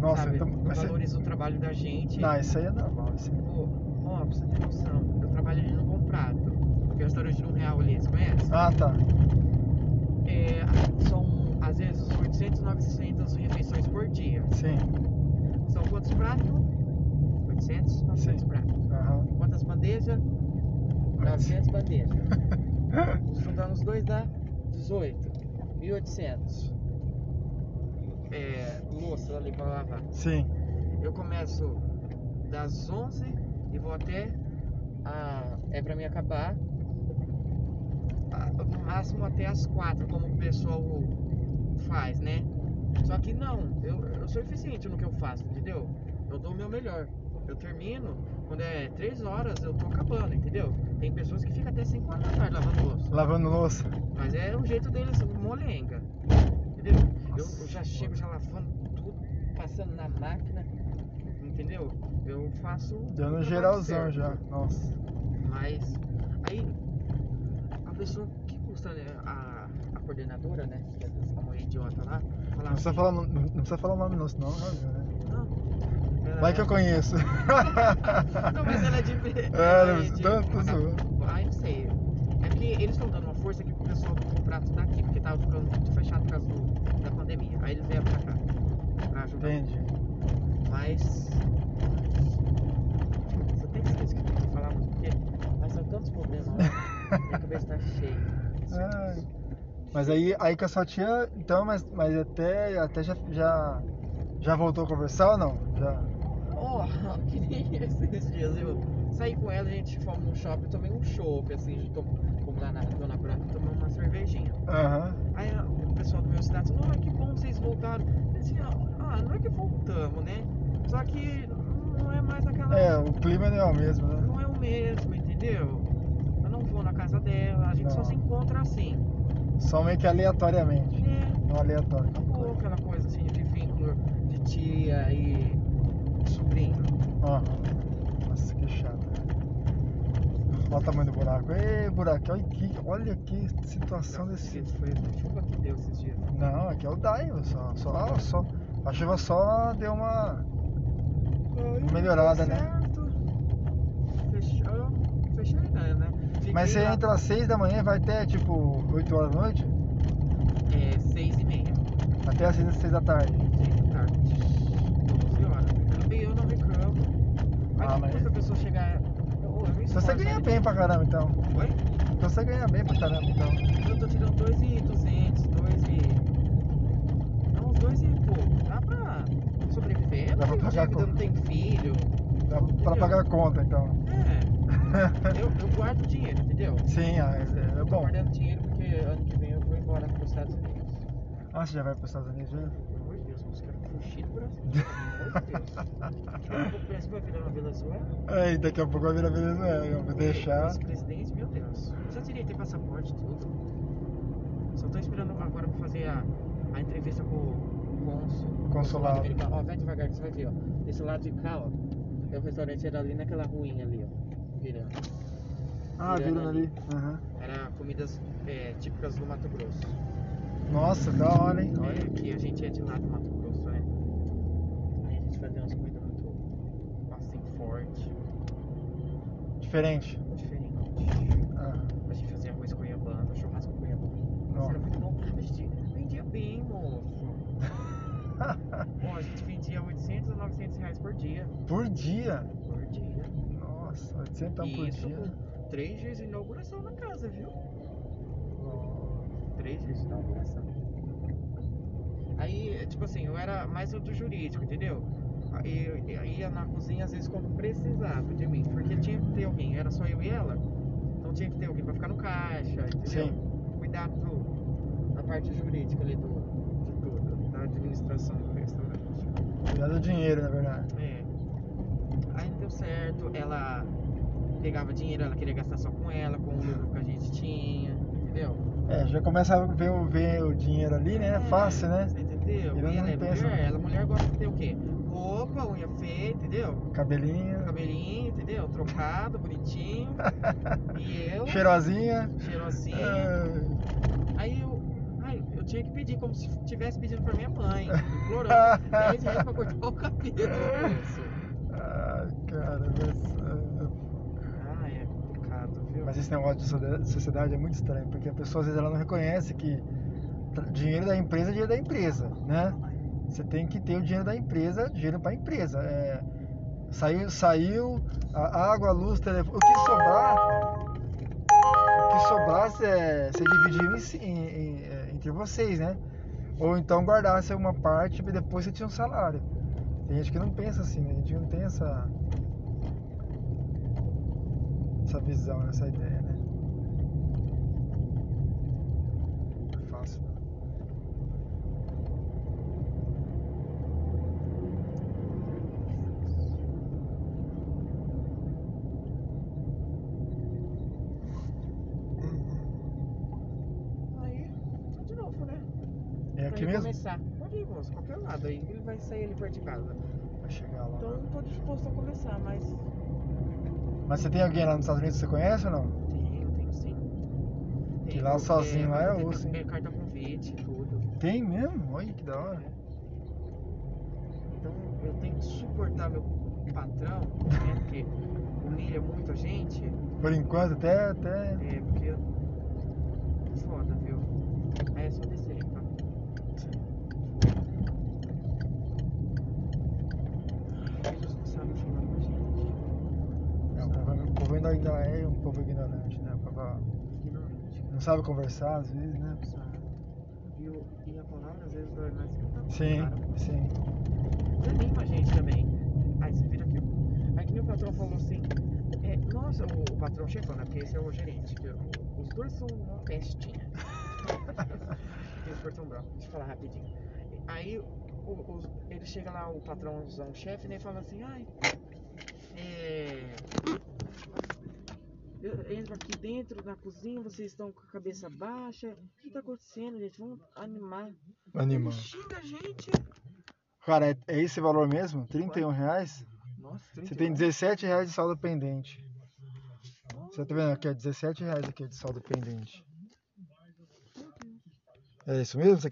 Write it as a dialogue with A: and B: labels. A: Nossa,
B: sabe?
A: então-
B: Não
A: mas você-
B: valoriza o trabalho da gente.
A: Não, isso aí é normal. Isso aí.
B: Pô, ó, pra você ter noção, eu trabalho ali no Bom Prato, que é um restaurante de um real ali, você conhece?
A: Ah, tá.
B: É, são, às vezes, 800, 900 refeições por dia.
A: Sim.
B: São quantos pratos? 800, 900 pratos.
A: Aham.
B: Quantas bandejas? 900 bandejas. Juntando os dois dá 18. 1.800. É, louça ali pra lavar.
A: Sim.
B: Eu começo das 11 e vou até a. É pra mim acabar. a- No máximo até as 4, como o pessoal faz, né? Só que não, eu, eu sou eficiente no que eu faço, entendeu? Eu dou o meu melhor. Eu termino, quando é 3 horas eu tô acabando, entendeu? Tem pessoas que ficam até 5 horas da tarde lavando louça.
A: Lavando louça.
B: Mas é o jeito deles, molenga. Entendeu? Eu, eu já chego já lavando tudo, passando na máquina, entendeu? Eu faço. o
A: Dando
B: trabalho
A: geralzão
B: certo.
A: já. Nossa.
B: Mas aí a pessoa que custa né, a, a coordenadora, né? que é Essa mulher idiota lá,
A: Não
B: falar
A: precisa
B: assim,
A: falar, o nome- não precisa falar o nome nosso, não. né?
B: não, ela
A: Vai que
B: é-
A: eu conheço.
B: Não, mas ela é de.
A: É,
B: ela
A: mas
B: de-
A: tô- tô zoando.
B: Ai, não sei. É porque eles estão dando uma força aqui pro pessoal do contrato daqui, porque tava ficando muito fechado por causa do- da pandemia. Aí eles vieram pra cá. Pra ajudar.
A: Entendi.
B: Mas. Você tem certeza que tem que falar, mas porque. Mas são tantos problemas lá. Minha cabeça tá cheia.
A: Ai. Mas aí, aí com a sua tia, então, mas, mas até, até já, já, já voltou a conversar ou não? Já.
B: Oh, que nem esses dias eu saí com ela, a gente fomos no shopping, tomei um chopp, assim, de tom- como lá na Dona Branca, tomamos uma cervejinha.
A: Aham.
B: Aí a- o pessoal do meu cidade falou, ah, que bom vocês voltaram. Eu disse, ah, não é que voltamos, né? Só que não é mais naquela.
A: É, o clima não é o mesmo, né?
B: Não é o mesmo, entendeu? Eu não vou na casa dela, a gente só
A: Não.
B: se encontra assim.
A: Só meio que aleatoriamente.
B: É,
A: Não aleatório.
B: acabou aquela coisa assim de vínculo de tia e sobrinho.
A: Aham. Nossa, que chato. Olha o tamanho do buraco. Ei, buraco, olha que, olha que situação desse.
B: Foi a chuva que deu esses dias.
A: Não, aqui é o Daio, só, só, só. A chuva só deu uma. Melhorada, né?
B: certo. Fechou. Fechei a ideia, né? Fiquei
A: Mas você
B: lá,
A: entra às 6 da manhã, vai até tipo 8 horas da noite?
B: É, seis e meia.
A: Até às 6, da tarde.
B: Seis da tarde. 12 horas. Tudo bem, eu não reclamo. Mas
A: Ah,
B: que
A: mas-
B: custa a pessoa chegar. Ô, eu me
A: Então você
B: esforço,
A: ganha
B: né?
A: bem pra caramba então.
B: Oi?
A: Então você ganha bem pra caramba então.
B: Eu tô tirando 2,200, 2 e. Não, uns 2 e pouco. Dá pra sobreviver.
A: Dá
B: não
A: pra
B: tem
A: pagar a
B: dívida,
A: conta.
B: não tem filho.
A: Dá pra pagar a conta então.
B: É, eu, eu guardo dinheiro, entendeu?
A: Sim, ah, é, é
B: Eu tô
A: bom.
B: guardando dinheiro porque ano que vem eu vou embora para os Estados Unidos.
A: Ah, você já vai pros Estados Unidos? já?
B: Pelo amor de Deus, os caras fugir do Brasil. Pelo amor de Deus. Daqui a um pouco o Brasil vai virar uma Venezuela.
A: Aí daqui a pouco vai virar Venezuela, eu vou deixar.
B: Esse presidente, meu Deus. Já teria que ter passaporte, tudo. Só tô esperando agora pra fazer a, a entrevista com o cônsul.
A: Consulado.
B: americano. Ó, vai devagar que você vai ver, ó. Desse lado de cá, ó. É o restaurante era ali naquela ruinha ali, ó. Virando.
A: Ah, virando ali. Aham.
B: Era comidas é, típicas do Mato Grosso.
A: Nossa, da hora, hein?
B: Olha que a gente é de lá do Mato Grosso, né? Aí a gente fazia umas comidas muito assim forte,
A: Diferente.
B: diferente.
A: Ah,
B: A gente fazia arroz cuiabano, churrasco cuiabano. Nossa,
A: Nossa.
B: era muito bom. A gente vendia bem, moço. Bom, a gente vendia 800 a 900 reais por dia.
A: por dia?
B: Por dia.
A: Nossa, 800
B: E
A: então por
B: isso
A: dia.
B: com três dias de inauguração na casa, viu?
A: Nossa.
B: Três dias de inauguração. Aí, tipo assim, eu era mais do jurídico, entendeu? Aí eu eu ia na cozinha às vezes quando precisava de mim, porque tinha que ter alguém, era só eu e ela. Então tinha que ter alguém pra ficar no caixa, entendeu?
A: Sim.
B: Cuidar do, da parte jurídica ali do, de tudo, da administração do restaurante.
A: Já deu dinheiro, na verdade.
B: É. Aí não deu certo, ela pegava dinheiro, ela queria gastar só com ela, com o lucro que a gente tinha, entendeu?
A: É, já começa a ver, o- ver o dinheiro ali, né? É fácil, né?
B: Você entendeu?
A: Ele
B: E
A: não
B: ela é
A: pensa.
B: mulher, ela mulher gosta de ter o quê? Roupa, unha feita, entendeu?
A: Cabelinho,
B: Cabelinho, entendeu? Trocado, bonitinho. E eu,
A: cheirosinha.
B: cheirosinho.
A: Ai,
B: Aí eu. Ai, eu tinha que pedir, como se estivesse pedindo pra minha mãe, implorando 10 reais pra cortar o cabelo. moço.
A: Ai, cara, mas.
B: Ah, é complicado,
A: é,
B: viu?
A: Mas esse negócio de soda- sociedade é muito estranho, porque a pessoa às vezes ela não reconhece que tra- dinheiro da empresa é dinheiro da empresa, né? Você tem que ter o dinheiro da empresa, dinheiro pra empresa. É, saiu, saiu, a água, a luz, telefone. O que sobrar. O que sobrar, você dividiu em si- em- em- é, entre vocês, né? Ou então guardasse uma parte e depois você tinha um salário. Tem gente que não pensa assim, né? A gente não tem essa. Essa visão, né? essa ideia, né? É fácil.
B: Aí, tá de novo, né?
A: É
B: Pra
A: aqui
B: ele
A: mesmo?
B: começar. Pode ir, moço, qualquer lado aí. Ele vai sair ali perto de casa.
A: Vai chegar lá.
B: Então eu não tô disposto a começar, mas
A: Mas você tem alguém lá nos Estados Unidos que você conhece ou não?
B: tenho, tenho sim.
A: Que lá sozinho lá é osso, hein?
B: Tem cartão convite, tudo.
A: Tem mesmo? Olha que da hora.
B: Então eu tenho que suportar meu patrão, né? Porque humilha muito a gente.
A: Por enquanto, até. até...
B: É, porque. eu- Foda, viu? Aí é só descer, então. Jesus não sabe falar com a gente.
A: É, o povo- o povo ainda, ainda é um povo ignorante, né? O povo
B: Ignorante.
A: não sabe conversar às vezes, né?
B: Sabe? E, o- e a palavra às vezes dói mais que o tapa,
A: Sim,
B: cara.
A: sim.
B: Desanima a gente também. Aí você vira aqui. Aí que nem o patrão falou assim. é, nossa, o, o patrão chefão, né? Porque esse é o gerente. que o- os dois são uma pestinha. Eles cortam bravo. Deixa eu falar rapidinho. Aí o, o- ele chega lá, o patrãozão, o chefe, né? E fala assim, ai. É. Eu entro aqui dentro da cozinha, vocês estão com a cabeça baixa. O que tá acontecendo, gente? Vamos animar.
A: Animal.
B: Ele xinga a gente.
A: Cara, é, é esse valor mesmo? R$ 31 reais?
B: Nossa,
A: Você
B: 31.
A: tem 17 reais de saldo pendente. Você tá vendo aqui, ó, 17 reais aqui de saldo pendente. É isso mesmo? Você